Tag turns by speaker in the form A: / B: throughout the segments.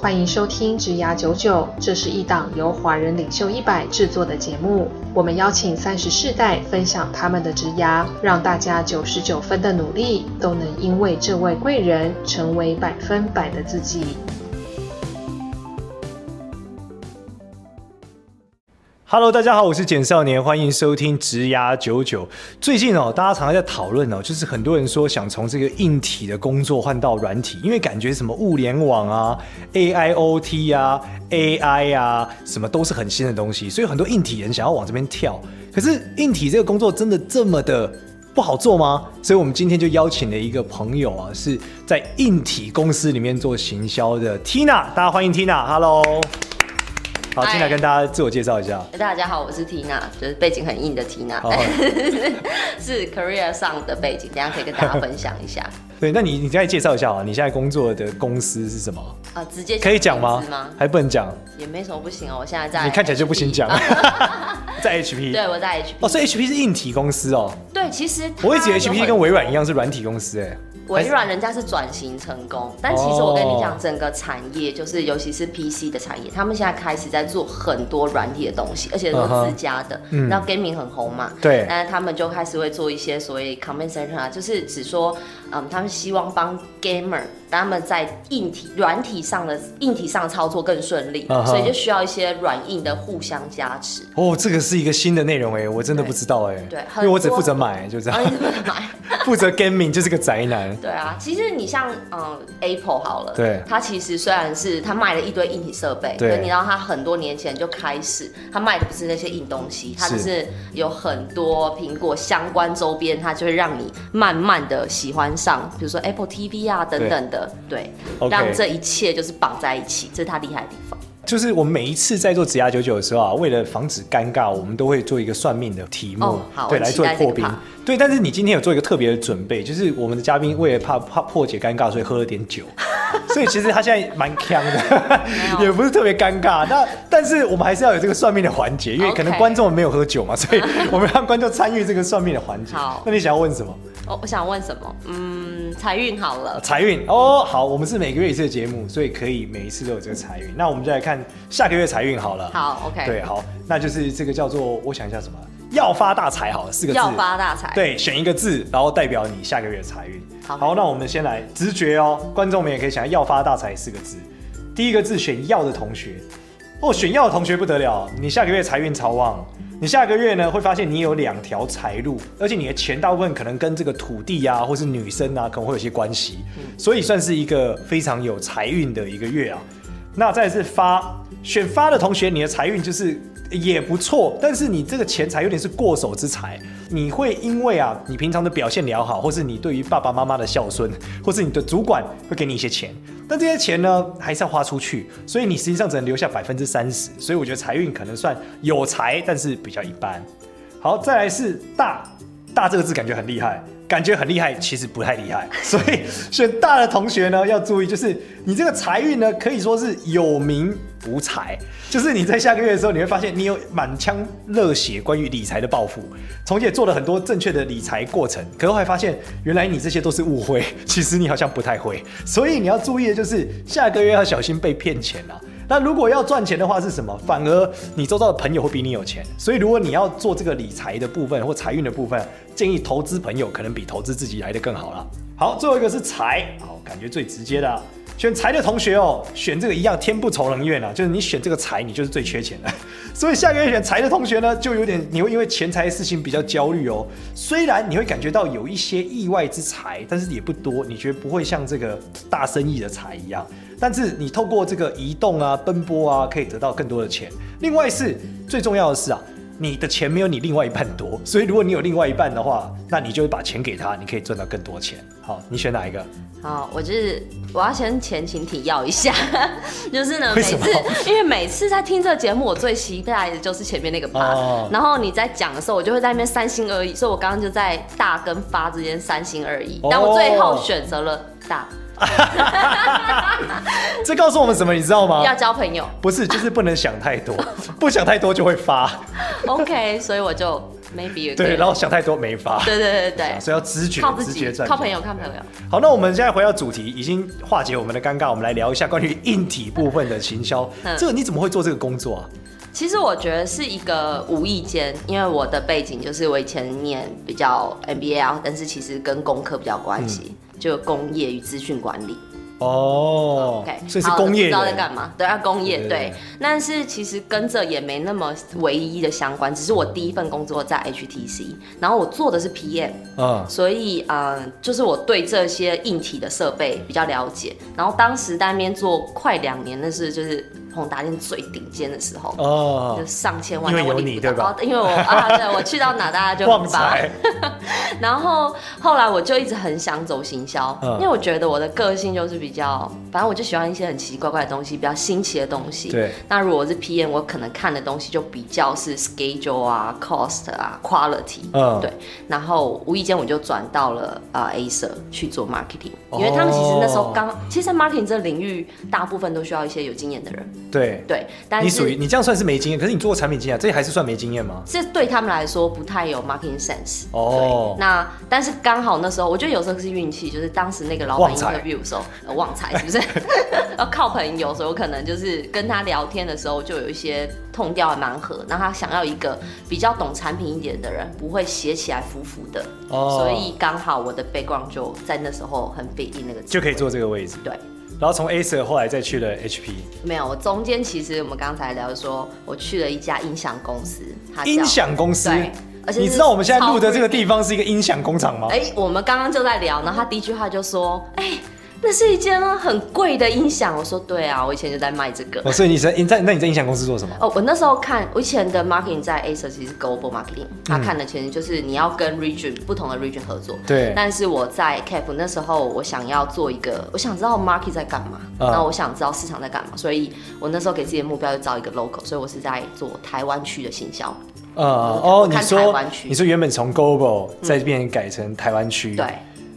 A: 欢迎收听《职涯九九》，这是一档由华人领袖一百制作的节目。我们邀请三十世代分享他们的职涯，让大家九十九分的努力都能因为这位贵人成为百分百的自己。
B: Hello，大家好，我是简少年，欢迎收听《职涯九九》。最近哦，大家常常在讨论哦，就是很多人说想从这个硬体的工作换到软体，因为感觉什么物联网啊、AIoT 啊、AI 啊，什么都是很新的东西，所以很多硬体人想要往这边跳。可是硬体这个工作真的这么的不好做吗？所以我们今天就邀请了一个朋友啊，是在硬体公司里面做行销的 Tina，大家欢迎 Tina。Hello，好
C: 嗨
B: ，Tina 跟大家自我介绍一下。
C: 哎大家好，我是缇娜，就是背景很硬的缇娜，
B: 好
C: 但 是是 career 上的背景，等一下可以跟大家分享 一下。
B: 对，那你你再介绍一下啊，你现在工作的公司是什么？
C: 啊，直接
B: 可以讲
C: 名
B: 吗
C: 字？
B: 还不能讲，
C: 也没什么不行哦，我现在在，
B: 你看起来就不行讲。
C: 啊。
B: 在 HP，
C: 对，我在 HP。
B: 哦，所以 HP 是硬体公司哦。
C: 对，其实它
B: 我一直以为
C: 啊有很
B: HP 跟微软一样是软体公司，哎，
C: 微软人家是转型成功，但其实我跟你
B: 哦
C: 讲，整个产业就是尤其是 PC 的产业，他们现在开始在做很多软体的东西，而且都
B: 嗯哼
C: 是自家的。
B: 嗯
C: 然后 gaming 很红嘛，
B: 对
C: 那他们就开始会做一些所谓 comment center 啊，就是只说，嗯，他们希望帮 gamer 他们在硬体、软体上的硬体上操作更顺利，
B: 嗯哼
C: 所以就需要一些软硬的互相 加持。
B: 哦，这个是一个新的内容哎，我真的
C: 对
B: 不知道哎，
C: 对
B: 因
C: 很
B: 为我只
C: 多哎
B: 负责买就这
C: 然后
B: 样，
C: 你怎么买？
B: 负责 gaming 就是个宅男，
C: 对啊，其实你像嗯 Apple 好了，
B: 对
C: 它其实虽然是它卖了一堆硬体设备，
B: 对
C: 可你知道它很多年前就开始，它卖的不是那些硬东西，它
B: 是
C: 就是有很多苹果相关周边，它就会让你慢慢的喜欢上，比如说 Apple TV 啊等等的，对，
B: OK
C: 让这一切就是绑在一起，这是它厉害的地方。
B: 就是我们每一次在做指压九九的时候啊，为了防止尴尬，我们都会做一个算命的题目，
C: 哦好
B: 对，
C: 我
B: 来
C: 很期
B: 做
C: 待这个
B: 破冰
C: part。
B: 对，但是你今天有做一个特别的准备，就是我们的嘉宾为了怕怕破解尴尬，所以喝了点 酒，所以其实他现在蛮呛的，也不是特别尴尬。那但是我们还是要有这个算命的环节，因为可能
C: OK
B: 观众没有喝酒嘛， 所以我们让观众参与这个算命的环节。
C: 好
B: 那你想要问什么？
C: 哦，我想问什么？嗯，财运好了，
B: 财运哦，好，我们是每个月一次的节目，所以可以每一次都有这个财运。那我们就来看下个月财运好了。
C: 好，OK，
B: 对，好，那就是这个叫做我想一下什么，要发大财好了，四个字。
C: 要发大财，，
B: 对，选一个字，然后代表你下个月的财运。
C: 好
B: 那我们先来直觉哦，观众们也可以想要发大财四个字。第一个字选要的同学，哦，选要的同学不得了，你下个月财运超旺。你下个月呢会发现你有两条财路，而且你的钱大部分可能跟这个土地啊，或是女生啊，可能会有些关系，
C: 嗯
B: 所以算是一个非常有财运的一个月啊。那再来是发，选发的同学，你的财运就是也不错，但是你这个钱财有点是过手之财，你会因为啊，你平常的表现良好，或是你对于爸爸妈妈的孝顺，或是你的主管会给你一些钱，但这些钱呢还是要花出去，所以你实际上只能留下百分之三十，所以我觉得财运可能算有财，但是比较一般。好，再来是大，大这个字感觉很厉害，感觉很厉害，其实不太厉害。 所以选大的同学呢，要注意，就是你这个财运呢，可以说是有名无财，就是你在下个月的时候，你会发现你有满腔热血关于理财的抱负，从且做了很多正确的理财过程，可是后来发现，原来你这些都是误会，其实你好像不太会。所以你要注意的就是，下个月要小心被骗钱啊。那如果要赚钱的话是什么？反而你周遭的朋友会比你有钱，所以如果你要做这个理财的部分或财运的部分，建议投资朋友可能比投资自己来的更好啦。好，最后一个是财，好，感觉最直接的啊、选财的同学哦，选这个一样天不愁人愿啊，就是你选这个财，你就是最缺钱的。 所以下个月选财的同学呢，就有点你会因为钱财的事情比较焦虑哦。虽然你会感觉到有一些意外之财，但是也不多，你觉得不会像这个大生意的财一样。但是你透过这个移动啊、奔波啊，可以得到更多的钱。另外是最重要的是啊，你的钱没有你另外一半多，所以如果你有另外一半的话，那你就会把钱给他，你可以赚到更多钱。好，你选哪一个？
C: 好，我就是我要先前情提要一下， 就是呢，
B: 为
C: 每
B: 什么
C: 次因为每次在听这个节目，我最期待的就是前面那个八、
B: 哦
C: 然后你在讲的时候，我就会在那边三心二意，所以我刚刚就在大跟发之间三心二
B: 哦
C: 意，但我最后选择了大，
B: 这告诉我们什么，你知道吗？
C: 要交朋友
B: 不是，就是不能想太多，不想太多就会发。
C: ，OK，所以我就 maybe
B: 对，然后想太多没法，
C: 对对对 对
B: 所以要知觉
C: 对，靠，自
B: 直觉
C: 己，
B: 站，
C: 靠朋友，靠朋友。
B: 好，那我们现在回到主题，已经化解我们的尴尬，我们来聊一下关于硬体部分的行销。
C: 嗯
B: 这个你怎么会做这个工作啊？
C: 其实我觉得是一个无意间，因为我的背景就是我以前念比较 MBA 啊，但是其实跟工科比较有关系，
B: 嗯
C: 就工业与资讯管理。
B: 哦
C: OK，
B: 所以是
C: 好
B: 工业
C: 不知道在
B: 人，
C: 干嘛？对啊，工业
B: 对
C: 对
B: 对对
C: 但是其实跟这也没那么唯一的相关，只是我第一份工作在 HTC，然后我做的是 PM，
B: 嗯，
C: 所以呃，就是我对这些硬体的设备比较了解。然后当时在那边做快两年，那是就是宏达店最顶尖的时候。
B: 哦
C: 就，上千万，
B: 因为
C: 但我
B: 有
C: 领
B: 你
C: 不到
B: 对吧
C: 哦因为我啊，对我去到哪大家就
B: 旺
C: 很棒。
B: 财，
C: 然后后来我就一直很想走行销，
B: 嗯
C: 因为我觉得我的个性就是比较，反正我就喜欢一些很奇奇怪怪的东西，比较新奇的东西。。
B: 对，
C: 那如果是 PM，我可能看的东西就比较是 schedule 啊、cost 啊、quality。
B: 嗯，
C: 对然后无意间我就转到了呃 A 社去做 marketing，
B: 哦
C: 因为他们其实那时候刚，其实在 marketing 这领域大部分都需要一些有经验的人，
B: 对，
C: 对，但
B: 你
C: 是
B: 属于你这样算是没经验，可是你做过产品经验，啊这还是算没经验吗？
C: 这对他们来说不太有 marketing sense。
B: 哦，
C: 那但是刚好那时候，我觉得有时候是运气，就是当时那个 老板
B: 旺财
C: interview 的时候，呃旺财是不是？要靠朋友，所以我可能就是跟他聊天的时候，就有一些痛调还蛮合。那他想要一个比较懂产品一点的人，不会写起来浮浮的，
B: 哦
C: 所以刚好我的 background 就在那时候很 fit in 那个
B: 就可以做这个位置。
C: 对。
B: 然后从 Acer 后来再去了 HP，
C: 没有，我中间其实我们刚才聊说，我去了一家音响公司，它叫
B: 音响公司。
C: 啊对，而且
B: 你
C: 是
B: 知道我们现在
C: 超
B: 录的这个
C: freaking
B: 地方是一个音响工厂吗？
C: 哎、我们刚刚就在聊，然后他第一句话就说：“哎、那是一间啊很贵的音响。”我说：“对啊，我以前就在卖这个。
B: 哦，所以你在你在那你在音响公司做什么？
C: 哦，我那时候看我以前的 marketing 在 Acer 其实是 global marketing，他
B: 嗯
C: 看的其实就是你要跟 region 不同的 region 合作。
B: 对
C: 但是我在 CAP 那时候，我想要做一个，我想知道 market 在干嘛，
B: 嗯
C: 然后我想知道市场在干嘛，所以我那时候给自己的目标就造一个 logo，所以我是在做台湾区的行销。
B: 呃，
C: 我
B: 哦，你
C: 看台
B: 说
C: 湾区嗯
B: 你说原本从 Global 再变改成台湾区，
C: 对，，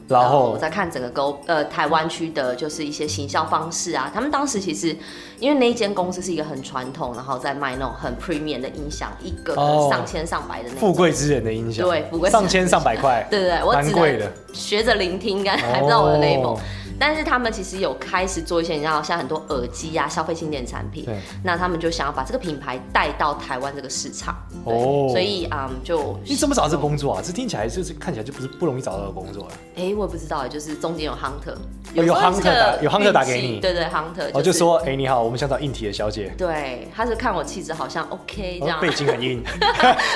B: 然
C: 我
B: 后
C: 在看整个沟呃台湾区的，就是一些行销方式啊。他们当时其实因为那一间公司是一个很传统，然后在卖那种很 premium 的音响，一个可
B: 哦
C: 能上千上百的那种。
B: 富贵之人的音响，
C: 对富贵之人
B: 上千上百块，
C: 对对对，我
B: 蛮
C: 只
B: 贵
C: 能
B: 的，
C: 学着聆听，应该还不知道我的 label、
B: 哦
C: 但是他们其实有开始做一些，你知道，像很多耳机啊、消费经典产品
B: 对，
C: 那他们就想要把这个品牌带到台湾这个市场。对
B: 哦
C: 所以嗯，就
B: 你怎么找到这工作啊？这听起来就是看起来就不是不容易找到的工作啊
C: 哎，我也不知道，就是中间有 hunter，
B: 哦有
C: 时候是
B: hunter 打
C: 个
B: 有 hunter 打
C: 运气
B: 给你
C: 对对，hunter，
B: 哦，就是说哎你好，我们想找硬体的小姐，
C: 对，他是看我气质好像 OK 这
B: 哦
C: 样，
B: 背景很 硬，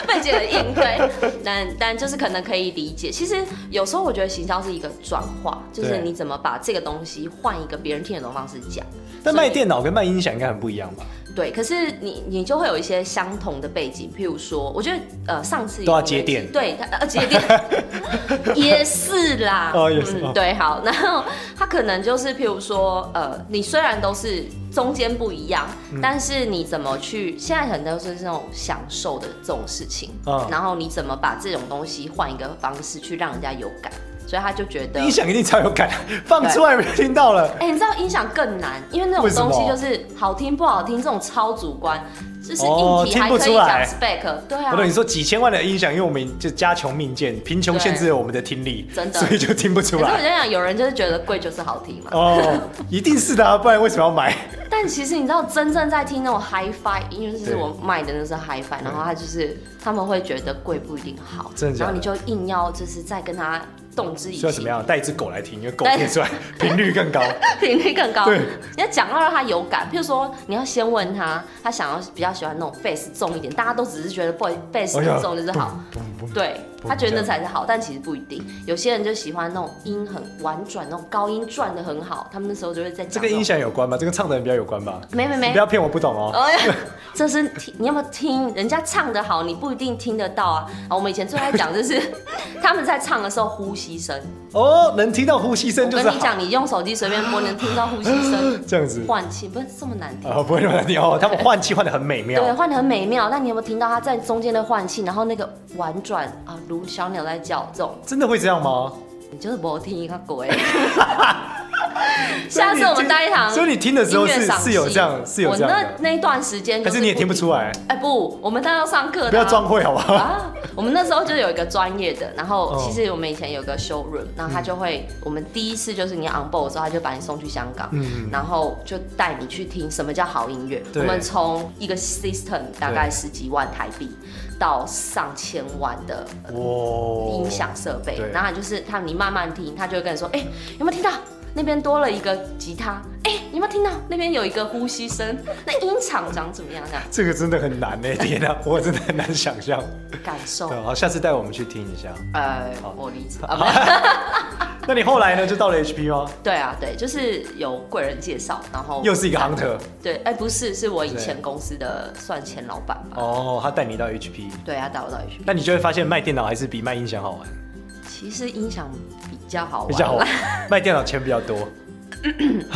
C: 被觉得硬对，但但就是可能可以理解。其实有时候我觉得行销是一个转化，就是
B: 对
C: 你怎么把这个东西换一个别人听得懂的方式讲。
B: 但卖电脑跟卖音响应该很不一样吧？
C: 对，可是你你就会有一些相同的背景，譬如说，我觉得呃上次有
B: 都要
C: 一
B: 接
C: 集
B: 电
C: 对，他 呃接电也是啦，嗯
B: 哦也是哦
C: 对，好，然后他可能就是譬如说呃，你虽然都是中间不一样，
B: 嗯
C: 但是你怎么去现在很多是这种享受的这种事情，
B: 嗯
C: 然后你怎么把这种东西换一个方式去让人家有感，所以他就觉得
B: 音响一定超有感，放出来没人听到了，
C: 哎、你知道音响更难，因为那
B: 为
C: 种
B: 什么
C: 东西就是好听不好听，这种超主观，就是
B: 哦
C: 硬体还
B: 听不
C: 可以
B: 出来
C: 讲 spec，对啊
B: 我，懂你说几千万的音响，因为我们就家穷命贱，贫穷限制了我们的听力，
C: 真的
B: 所以就听不
C: 可
B: 出
C: 是我
B: 来。
C: 就想，有人就是觉得贵就是好听嘛，
B: 哦，一定是的、啊，不然为什么要 买？
C: 但其实你知道，真正在听那种 HiFi，因为就是
B: 对
C: 我卖的那是 HiFi，然后他就是他们会觉得贵不一定好，
B: 真的假的
C: 然后你就硬要就是再跟他动之以
B: 需要怎么
C: 情，
B: 样？带一只狗来听，因为狗听出来频率 更高。哎
C: 频率更高。
B: 对
C: 你要讲到让他有感，譬如说你要先问他，他想要比较喜欢那种 bass 重一点，大家都只是觉得 boy bass
B: 哎呀
C: 很重就是好。
B: 嘣嘣嘣
C: 对
B: 不
C: 他觉得
B: 这
C: 那
B: 样
C: 才是好，但其实不一定。有些人就喜欢那种音很婉转，那种高音转的很好，他们那时候就会在
B: 这
C: 讲
B: 跟
C: 种
B: 音响有关吗？这跟唱的人比较有关吧？
C: 没没
B: 你
C: 没
B: 不，要骗我不懂哦。
C: 哎呀，这是听你有没有听人家唱的好，你不一定听得到啊。啊我们以前最爱讲就是 他们在唱的时候呼吸声，
B: 哦，能听到呼吸声
C: 我
B: 就
C: 跟
B: 是
C: 你
B: 好，
C: 讲，你用手机随便播能听到呼吸
B: ，
C: 声
B: 这样子
C: 换气不是这么难听。
B: 啊、不会那么难听哦。他们换气换的很美
C: 对，
B: 妙，
C: 换的很美妙。但你有没有听到他在中间的换气，然后那个婉转啊，如小鸟在叫这种
B: 真的会这样吗？
C: 你就是没听一个鬼，下次我们带一堂
B: 所以你听的时候
C: 音乐
B: 是
C: 赏析
B: 是有这样是有
C: 我
B: 这样
C: 那
B: 的，
C: 那一段时间，
B: 还是你也听不出来？
C: 哎、不，我们当然要上课的、啊。
B: 不要装会好不好？
C: 啊！我们那时候就有一个专业的，然后
B: 哦嗯
C: 其实我们以前有个 showroom，然后他就会，我们第一次就是你 on board 的时候，他就把你送去香港，
B: 嗯
C: 然后就带你去听什么叫好音乐。我
B: 对
C: 们从一个 system 大概十几万台币到上千万的
B: 哇
C: 音响设备
B: 对，
C: 然后就是他你慢慢听，他就会跟你说，哎、有没有听到？那边多了一个吉他，哎、有没有听到？那边有一个呼吸声，那音场长怎么样？这样
B: 这个真的很难 呢、天啊，我真的很难想象。
C: 感受
B: 对，，好，下次带我们去听一下。
C: 呃
B: 好，
C: 我离职啊，不是
B: 那你后来呢？就到了 HP 吗？
C: 对啊，对，就是有贵人介绍，然后
B: 又是一个 hunter
C: 对，哎、不是，是我以前公司的算前老板吧。
B: 哦，他带你到 HP，
C: 对啊，带我到 HP，
B: 那你就会发现卖电脑还是比卖音响好玩，
C: 其实音响比较好玩，。
B: 比较好玩卖电脑钱比较多。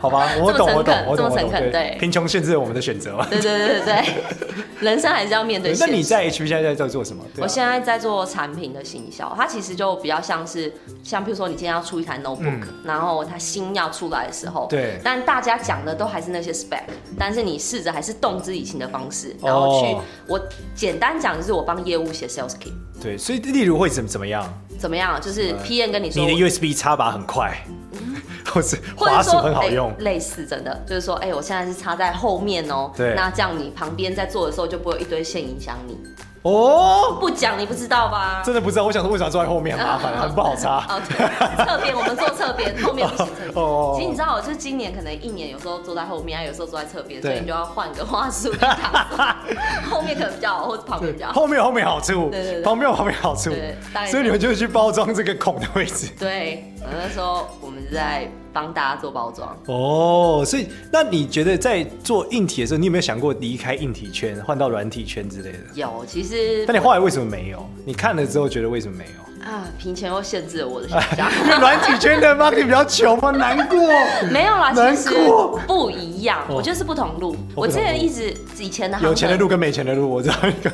B: 好吧，我
C: 这么
B: 懂，我懂，我懂，
C: 诚恳这么
B: 我
C: 诚
B: 懂。
C: 恳
B: 对，
C: 对
B: 贫穷限制了我们的选择嘛。
C: 对对对对 对，人生还是要面对
B: 那
C: 现实。
B: 你在 HP 现在在做什么？对啊
C: 我现在在做产品的行销，它其实就比较像是，像比如说你今天要出一台 notebook，、然后它新要出来的时候，
B: 嗯对
C: 但大家讲的都还是那些 spec，但是你试着还是动之以情的方式，然后去，
B: 哦
C: 我简单讲就是我帮业务写 sales kit，
B: 对，所以例如会怎么怎么样？
C: 怎么样？就是
B: 呃
C: PM 跟你说嗯
B: 你的 USB 插拔很快， 或是
C: 或
B: 滑鼠
C: 者说
B: 很好用
C: 哎。类似真的，就是说，哎、我现在是插在后面哦、
B: 对
C: 那这样你旁边在做的时候就不会有一堆线影响你，
B: 哦，
C: 不讲你不知道吧？
B: 真的不知道，我想说为啥坐在后面很麻烦，很不好 插。
C: 哦，对，侧边我们坐侧边，后面 不行侧边。
B: 哦
C: 其实你知道，我就是今年可能一年有时候坐在后面，啊还有时候坐在侧边，所以
B: 对
C: 你就要换个话术去打坐， 后面可能比较好，或者旁边比 较好。
B: 后面有后面好处
C: 对对，对
B: 旁边有旁边好处
C: 对大概，是
B: 所以你们就去包装这个孔的位置。
C: 对，我那时候我们是在帮大家做包装。
B: 哦，所以那你觉得在做硬体的时候，你有没有想过离开硬体圈，换到软体圈之类的？
C: 有，其实
B: 但你后来为什么没有？你看了之后觉得为什么没有？
C: 啊，贫穷又限制了我的选项。
B: 因为软体圈的 market 比较穷吗？难过。
C: 没有啦，
B: 难
C: 其实
B: 过
C: 不一样，
B: 哦
C: 我就是不同路。
B: 哦
C: 我之
B: 不同
C: 前
B: 路
C: 一直以前的行
B: 有钱的
C: 程
B: 路跟没钱的路，我知道一个。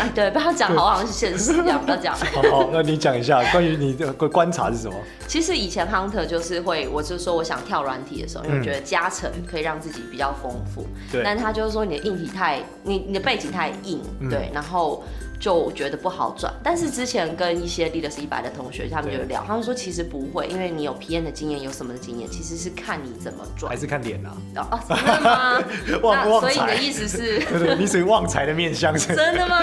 C: 啊，对，不要讲，好像是现实一样，不要讲。
B: 好好，那你讲一下关于你的观察是什么？
C: 其实以前 hunter 就是会，我就说我想跳软体的时候，因
B: 嗯
C: 为我觉得加成可以让自己比较丰富。
B: 对
C: 但他就是说你的硬体太，你你的背景太硬，
B: 嗯
C: 对，然后就觉得不好转。但是之前跟一些 leaders 一百的同学，他们
B: 对
C: 就有聊，他们说其实不会，因为你有 PM 的经验，有什么的经验，其实是看你怎么转
B: 还。是看脸啊？？
C: 哦，哦真的吗
B: 旺
C: 那
B: 旺
C: 所以你
B: 财
C: 的意思是？
B: 对对，你属于旺财的面相是。
C: 真的吗？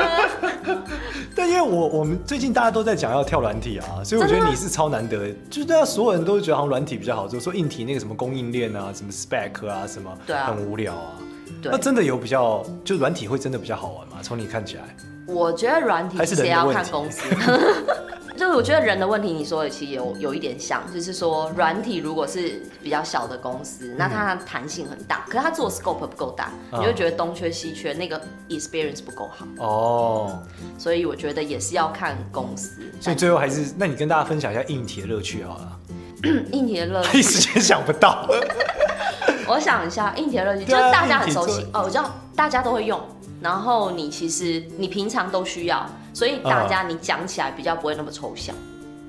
B: 但因为我我们最近大家都在讲要跳软体啊，所以我觉
C: 真
B: 得
C: 的吗
B: 你是超难得，就是大家所有人都觉得好像软体比较好做，说硬体那个什么供应链啊、什么 spec 啊、什么，
C: 对啊
B: 很无聊啊。
C: 对
B: 那，真的有比较，就软体会真的比较好玩吗？从你看起来，
C: 我觉得软体
B: 还是
C: 其
B: 人的
C: 实也要
B: 问
C: 看
B: 题
C: 公司。 就是我觉得人的问题，你说的其实有有一点像，就是说软体如果是比较小的公司，那它弹性很大，可是它做 scope 不够大，
B: 嗯
C: 你就觉得东缺西缺，那个 experience 不够好，
B: 哦，
C: 所以我觉得也是要看公司。
B: 所以最后还是，那你跟大家分享一下硬体的乐趣好啊了，
C: 但硬体的乐
B: 一
C: 趣，
B: 时间想不到。
C: 我想一下，硬体的乐趣 就
B: 对啊
C: 是大家很熟
B: 硬
C: 悉
B: 体
C: 哦，我知道大家都会用，然后你其实你平常都需要，所
B: 嗯
C: 以大家你讲起来比较不会那么抽象。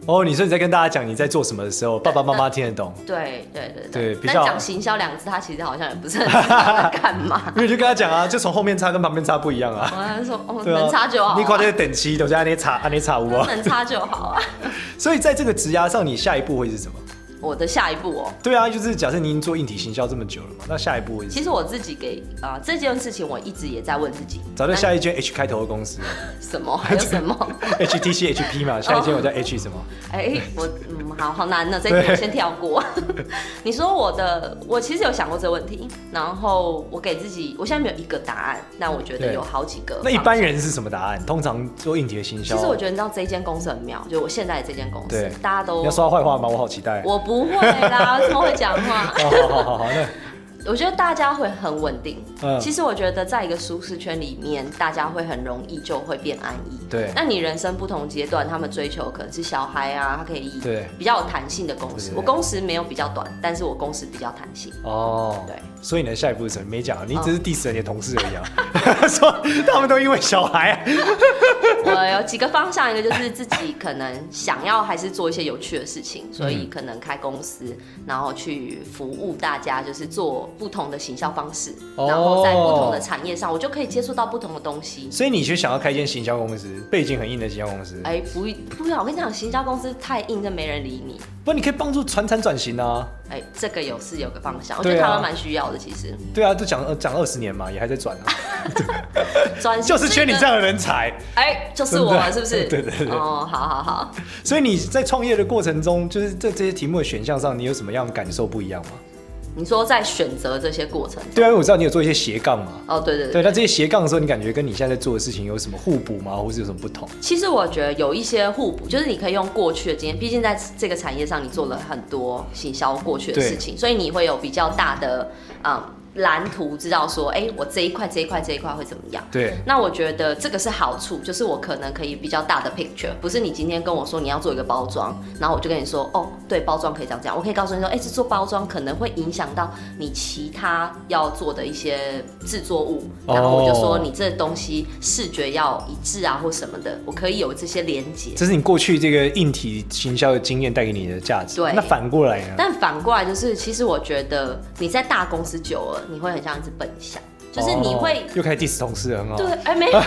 B: 哦，你说你在跟大家讲你在做什么的时 候，爸爸妈妈听得懂，
C: 对对对
B: 对比
C: 但
B: 较。
C: 讲行销两个字，他其实好像也不是很知道在干嘛
B: 因为你就跟他讲啊，就从后面插跟旁边插不一样啊。
C: 我就说哦，
B: 对啊，
C: 能插就好、
B: 你看
C: 啊，
B: 这等级都是安尼插安尼插有啊。
C: 能插就好啊。
B: 所以在这个职涯上，你下一步会是什么？
C: 我的下一步哦，
B: 对啊，就是假设您做硬体行销这么久了嘛，那下一步会是什
C: 其
B: 么？
C: 实我自己给啊、这件事情，我一直也在问自己，
B: 找到下一间 H 开头的公司
C: 那 什么还有什么？
B: ，HTC HP 嘛，下一间我叫 H 什么？
C: 哎、我嗯，好好难呢，这一题我先跳过。 你说我的，我其实有想过这个问题，然后我给自己，我现在没有一个答案，但我觉得
B: 对
C: 有好几个。
B: 那一般人是什么答案？通常做硬体的行销，
C: 其实我觉得你知道这间公司很妙，就我现在的这间公司
B: 对，
C: 大家都
B: 你要说他坏话吗？我好期待。
C: 我不会啦，怎么会讲话？
B: 哦好好好好，那
C: 我觉得大家会很稳定。
B: 嗯
C: 其实我觉得在一个舒适圈里面，大家会很容易就会变安逸。
B: 对
C: 那你人生不同阶段，他们追求可能是小孩啊，他可以
B: 对
C: 比较有弹性的工
B: 对。
C: 时
B: 对对
C: 我工时没有比较短，但是我工时比较弹性。
B: 哦，
C: 对，
B: 所以你的下一步是什么？没讲啊，你只是 diss 了你的同事而已啊，说他们都因为小孩啊，
C: 我呃有几个方向，一个就是自己可能想要还是做一些有趣的事
B: 嗯
C: 情，所以可能开公司，然后去服务大家，就是做不同的行销方式，
B: 哦
C: 然后在不同的产业上，我就可以接触到不同的东西。
B: 所以你却想要开一间行销公司，背景很硬的行销公司，
C: 哎、不不要，我跟你讲，行销公司太硬，真没人理你。
B: 不然你可以帮助传产转型啊。
C: 哎、这个有是有个方向，我觉
B: 对啊
C: 得台湾蛮需要的，其实
B: 对啊，都讲呃讲二十年嘛，也还在转啊，
C: 专
B: 就是缺你这，样的人才。
C: 哎、就是我
B: 真的
C: 了，是不是？
B: 对对对
C: 哦，好好好，
B: 所以你在创业的过程中，就是在这些题目的选项上，你有什么样的感受不一样吗？
C: 你说在选择这些过程，
B: 对啊，因为我知道你有做一些斜杠嘛。
C: 哦，对对对
B: 对，那这些斜杠的时候，你感觉跟你现在在做的事情有什么互补吗？或是有什么不同？
C: 其实我觉得有一些互补，就是你可以用过去的经验，毕竟在这个产业上你做了很多行销过去的事情，所以你会有比较大的嗯蓝图，知道说，哎，我这一块、这一块、这一块会怎么样。
B: 对，
C: 那我觉得这个是好处，就是我可能可以比较大的 picture，不是你今天跟我说你要做一个包装，然后我就跟你说哦，对，包装可以这样这样，我可以告诉你说，哎，这做包装可能会影响到你其他要做的一些制作物，
B: 哦
C: 然后我就说你这东西视觉要一致啊或什么的，我可以有这些连接。
B: 这是你过去这个硬体行销的经验带给你的价值。
C: 对
B: 那反过来呢？
C: 但反过来就是，其实我觉得你在大公司久了，你会很像一只笨象，就是你会
B: 哦、又开始 diss 同事了，很好。
C: 对，哎、没有，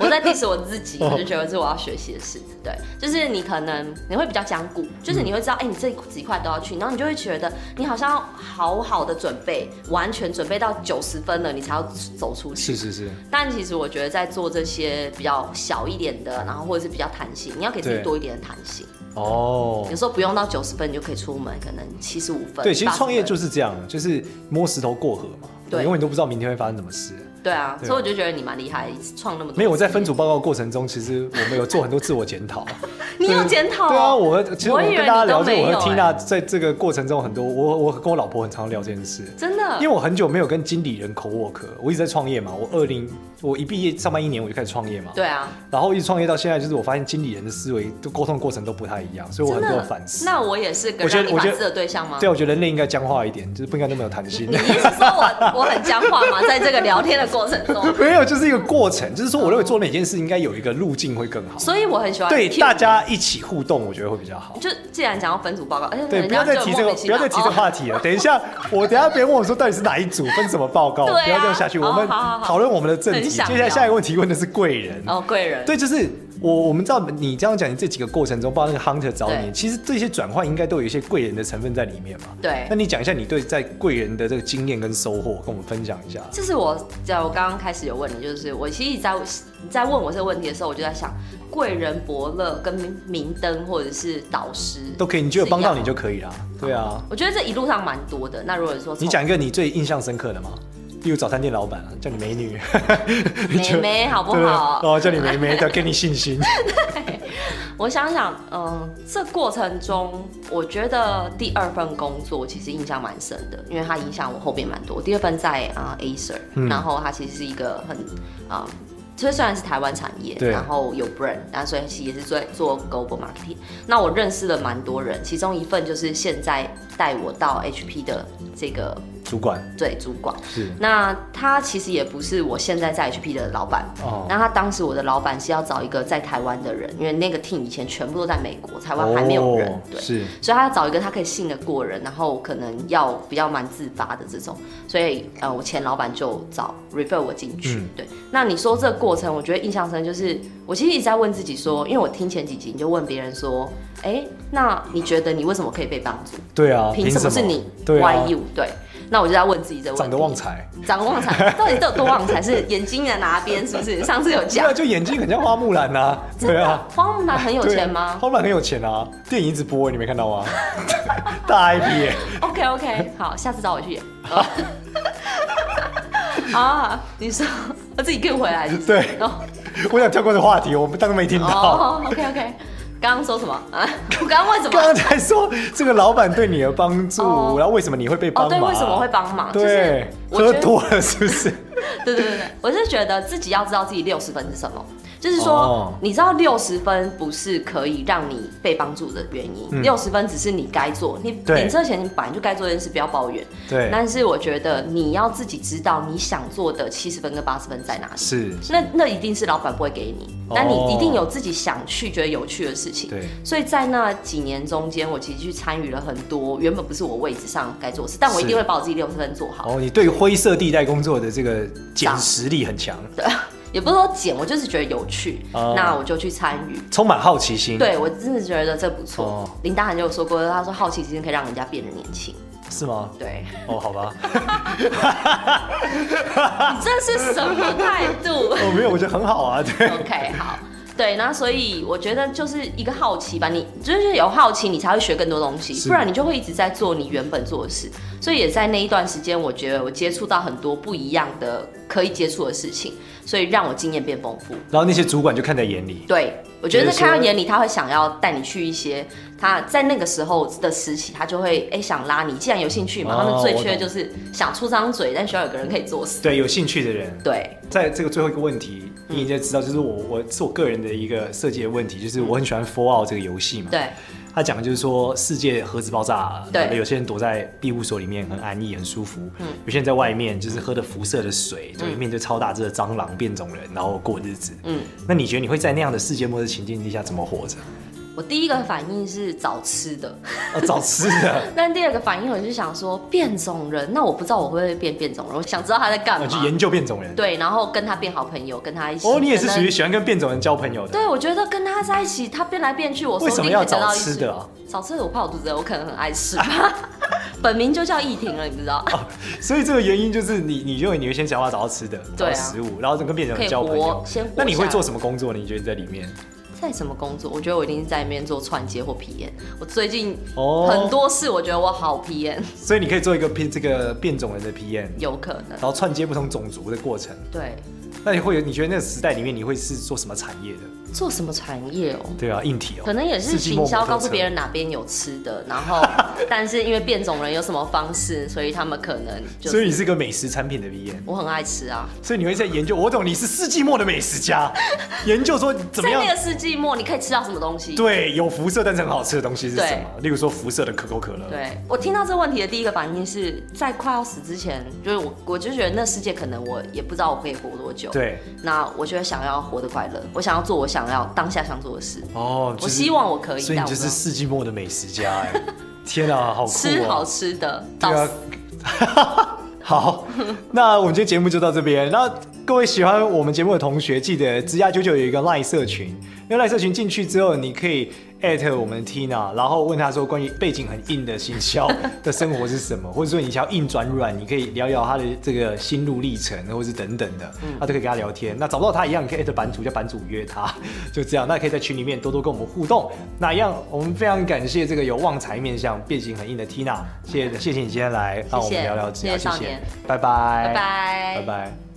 C: 我在 diss 我自己，我就
B: 哦
C: 觉得是我要学习的事。对，就是你可能你会比较僵固，就是你会知道，哎、你这几块都要去，然后你就会觉得你好像要好好的准备，完全准备到九十分了，你才要走出去。
B: 是是是，
C: 但其实我觉得在做这些比较小一点的，然后或者是比较弹性，你要给自己
B: 对
C: 多一点的弹性。
B: 哦
C: 有，时候不用到九十分，你就可以出门，可能七十五分。
B: 对，其实
C: 80
B: 创业
C: 分
B: 就是这样，就是摸石头过河嘛，
C: 对
B: 永远都不知道明天会发生什么事。
C: 对啊，
B: 对啊
C: 所以我就觉得你蛮厉害，创那么多。
B: 没有，我在分，组报告过程中，其实我们有做很多自我检讨。
C: 你有检讨、
B: 对啊，我其实我
C: 哦我以为
B: 跟大家聊
C: 你都
B: 这个，
C: 没
B: 我
C: 有欸
B: 和 Tina 在这个过程中很多，我我跟我老婆很常聊这件事。
C: 真的，
B: 因为我很久没有跟经理人口 work，了我一直在创业嘛。我二零我一毕业上班一年我就开始创业嘛，
C: 对啊，
B: 然后一直创业到现在，就是我发现经理人的思维都沟通过程都不太一样，所以我
C: 真
B: 很
C: 的啊
B: 多反思。
C: 那我也是个
B: 我觉得
C: 让你
B: 我觉
C: 反
B: 得
C: 思的对象吗？
B: 对，我觉得人类应该僵化一点，就是不应该那么有弹性
C: 你。意思说我我很僵化吗？在这个聊天的过程 中，
B: 没有，就是一个过程，就是说我认为做每件事应该有一个路径会更好。
C: 所以我很喜欢
B: 对
C: cue
B: 大。家一起互动，我觉得会比较好。
C: 就既然讲到分组报告，而且
B: 对，
C: 人
B: 不要
C: 家
B: 再
C: 就
B: 提
C: 莫
B: 这个，
C: 名
B: 不
C: 其
B: 要再
C: 妙
B: 提这个
C: 哦
B: 话 题了。等一下，我等一下别人问我说到底是哪一组分什么报告，
C: 对啊
B: 不要这样下去。
C: 哦
B: 我们
C: 好好好
B: 讨论我们的正题。
C: 很想
B: 接下来
C: 聊
B: 下一个问题问的是贵人。
C: 哦，贵人，
B: 对，就是我我们知道你这样讲，你这几个过程中，包括那个 hunter 找你，
C: 对
B: 其实这些转换应该都有一些贵人的成分在里面嘛。
C: 对
B: 那你讲一下你对在贵人的这个经验跟收获，跟我们分享一下。
C: 这是我在我刚刚开始有问你，就是我其实一直在你在问我这个问题的时候，我就在想，贵人、伯乐跟明明灯或者是导师
B: 都可以，你觉得帮到你
C: 是一样
B: 就可以啦。对啊
C: 的。，我觉得这一路上蛮多的。那如果说从
B: 你讲一个你最印象深刻的嘛，例如早餐店老板啊，叫你美女，你
C: 妹
B: 觉得
C: 妹好不
B: 对
C: 好？
B: 哦，叫你美美的，给你信心。
C: 我想想，嗯，这过程中，我觉得第二份工作其实印象蛮深的，因为它影响我后边蛮多。第二份在啊、呃 Acer，、
B: 嗯
C: 然后它其实是一个很啊。呃所以虽然是台湾产业，
B: 对
C: 然后有 brand，那所以其实也是做做 global marketing。那我认识了蛮多人，其中一份就是现在带我到 HP 的这个
B: 主管
C: 对主管。
B: 是
C: 那他其实也不是我现在在 HP 的老板，
B: 哦
C: 那他当时我的老板是要找一个在台湾的人，因为那个 team 以前全部都在美国，台湾还没有人，
B: 哦
C: 对，
B: 是
C: 所以他要找一个他可以信得过人，然后可能要比较蛮自发的这种，所以呃，我前老板就找 refer 我进去，
B: 嗯
C: 对。那你说这个过程，我觉得印象深就是，我其实一直在问自己说，因为我听前几集你就问别人说，哎、那你觉得你为什么可以被帮助？
B: 对啊，
C: 凭什么是你
B: 对啊
C: w，y you？对，那我就在问自己这个问题，
B: 长得旺财，
C: 长得旺财，到底都有多旺财？是眼睛在哪边？是不是？上次有
B: 对
C: 讲
B: 啊，，就眼睛很像花木兰呐，对啊。
C: 花木兰很有
B: 对
C: 钱
B: 啊
C: 吗
B: 花木兰很有钱啊，电影一直播，你没看到吗？ 大 IP，耶
C: ？OK OK，好，下次找我去演。 啊，你说我自己 Q 回来是不是
B: 对
C: 哦
B: 我想跳过这话题，我们当没听到。
C: 哦，OK OK，刚刚说什么啊？我刚刚问什
B: 刚
C: 么
B: 刚？才说这个老板对你的帮助，
C: 哦
B: 然后为什么你会被帮
C: 哦，
B: 忙？
C: 对，为什么会帮忙？就是
B: 对，
C: 我觉
B: 喝
C: 得
B: 多了是不是？
C: 对对对对，我是觉得自己要知道自己六十分是什么。就是说，
B: 哦
C: 你知道六十分不是可以让你被帮助的原
B: 嗯
C: 因，六十、分只是你该做，你
B: 对
C: 领这钱你本来就该做这件事，不要抱怨。
B: 对，
C: 但是我觉得你要自己知道你想做的七十分跟八十分在哪里。
B: 是，
C: 那那一定是老板不会给你，
B: 哦
C: 但你一定有自己想去觉得有趣的事情。
B: 对，
C: 所以在那几年中间，我其实去参与了很多原本不是我位置上该做的事，但我一定会把我自己六十分做好。
B: 哦，你对灰色地带工作的这个捡实力很强，
C: 也不是说减，我就是觉得有趣，
B: 哦
C: 那我就去参与。
B: 充满好奇心，，
C: 对我真的觉得这不错。
B: 哦
C: 林大涵就有说过，他说好奇心可以让人家变得年轻。
B: 是吗？
C: 对，
B: 哦，好吧，
C: 你这是什么态度
B: 哦，没有，我觉得很好 啊，对，
C: ？OK，好。对，那所以我觉得就是一个好奇吧，你就是有好奇，你才会学更多东西，
B: 是
C: 不然你就会一直在做你原本做的事。所以也在那一段时间，我觉得我接触到很多不一样的可以接触的事情，所以让我经验变丰富。
B: 然后那些主管就看在眼里，
C: 对，我觉
B: 比
C: 得
B: 如
C: 看到
B: 说
C: 眼里，他会想要带你去一些他在那个时候的时期，他就会哎、想拉你。既然有兴趣嘛，
B: 哦
C: 他们最
B: 我
C: 缺的
B: 懂
C: 就是想出张嘴，但需要有个人可以作死。
B: 对，有兴趣的人，
C: 对，
B: 在这个最后一个问题，
C: 嗯
B: 你已经知道，就是我我是我个人的一个设计的问题，就是我很喜欢 Fallout 这个游戏嘛。
C: 对，
B: 他讲的就是说世界核子爆炸，
C: 对
B: 然后有些人躲在庇护所里面很安逸很舒服，
C: 嗯
B: 有些人在外面就是喝的辐射的水，就
C: 嗯
B: 面对超大只的蟑螂变种人，然后过日子。
C: 嗯，
B: 那你觉得你会在那样的世界末日情境底下怎么活着？
C: 我第一个反应是找吃的，
B: 啊，找吃 的，
C: 但第二个反应我就想说变种人，那我不知道我会不会变变种人，我想知道他在干
B: 我
C: 嘛。
B: 去哦研究变种人。
C: 对，然后跟他变好朋友，跟他一起。
B: 哦，你也是
C: 可能
B: 属于喜欢跟变种人交朋友的。
C: 对，我觉得跟他在一起，他变来变去，我说
B: 为
C: 不
B: 什
C: 定
B: 么
C: 可
B: 要
C: 以得
B: 找
C: 到一
B: 吃
C: 些
B: 的啊？
C: 少吃的我怕我肚子饿，我可能很爱吃吧。 本名就叫易婷了，你知
B: 哦
C: 道？
B: 所以这个原因就是你，你认为你会先想要找到吃的，找
C: 对
B: 到
C: 啊
B: 食物，然后跟变成
C: 可以
B: 交朋友
C: 活。先活
B: 那你会
C: 下来
B: 做什么工作呢？你觉得在里面？
C: 在什么工作？我觉得我一定是在那边做串接或皮炎。我最近
B: 哦
C: 很多事，我觉得我好皮炎，
B: 所以你可以做一个变这个变种人的 PM，
C: 有可能
B: 然。后串接不同种族的过程。
C: 对，
B: 那你会有？你觉得那个时代里面你会是做什么产业的？
C: 做什么产业哦？
B: 对啊，硬体哦、
C: 可能也是
B: 世纪
C: 行
B: 末
C: 销，
B: 摩托
C: 告诉
B: 车
C: 别人哪边有吃的，然后但是因为变种人有什么方式，所以他们可能就
B: 所以
C: 是
B: 你是个美食产品的 PM，
C: 我很爱吃啊。
B: 所以你会在研究。我懂，你是世纪末的美食家，研究说怎么
C: 在
B: 样
C: 那个世纪末，你可以吃到什么东西？
B: 对有辐射但是很好吃的东西是什么？例如说辐射的可口可乐。
C: 对我听到这个问题的第一个反应是在快要死之前，就是我我就觉得那世界可能我也不知道我可以活多久。，
B: 对
C: 那我觉得想要活得快乐，我想要做我想要当下想做的事。
B: 哦，
C: 我
B: 就是
C: 希望我可以，
B: 所以你
C: 但我
B: 就
C: 不
B: 是
C: 知道
B: 世纪末的美食家哎、天啊，好酷、哦！
C: 吃好吃的，
B: 对
C: 到
B: 啊
C: 死，
B: 好，那我们今天节目就到这边。那各位喜欢我们节目的同学，记得枝丫九九有一个赖社群，那赖社群进去之后，你可以艾特我们 Tina，然后问她说关于背景很硬的行销的生活是什么，或者说你想要硬转软，你可以聊聊她的这个心路历程，或是等等的，那都可以跟她聊天。那找不到她一样，你可以艾特版主，叫版主约她，就这样。那可以在群里面多多跟我们互动。那一样，我们非常感谢这个有旺财面向背景很硬的 Tina，谢谢谢谢你今天来，让我们聊聊
C: 谢谢
B: 这样，
C: 少
B: 谢谢
C: 年，
B: 拜拜。
C: 拜拜
B: 拜拜。